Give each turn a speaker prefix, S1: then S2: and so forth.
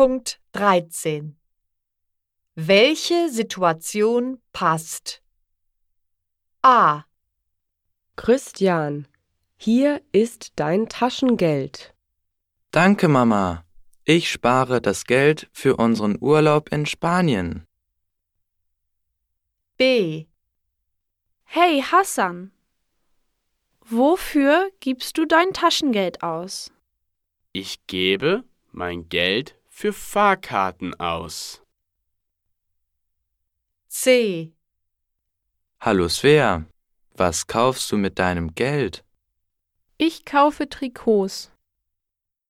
S1: 1.13 Welche Situation passt? A,
S2: Christian, hier ist dein Taschengeld.
S3: Danke, Mama. Ich spare das Geld für unseren Urlaub in Spanien.
S1: B,
S4: Hey Hassan, wofür gibst du dein Taschengeld aus?
S5: Ich gebe mein Geld für Fahrkarten aus.
S1: C,
S3: Hallo Svea, was kaufst du mit deinem Geld?
S4: Ich kaufe Trikots.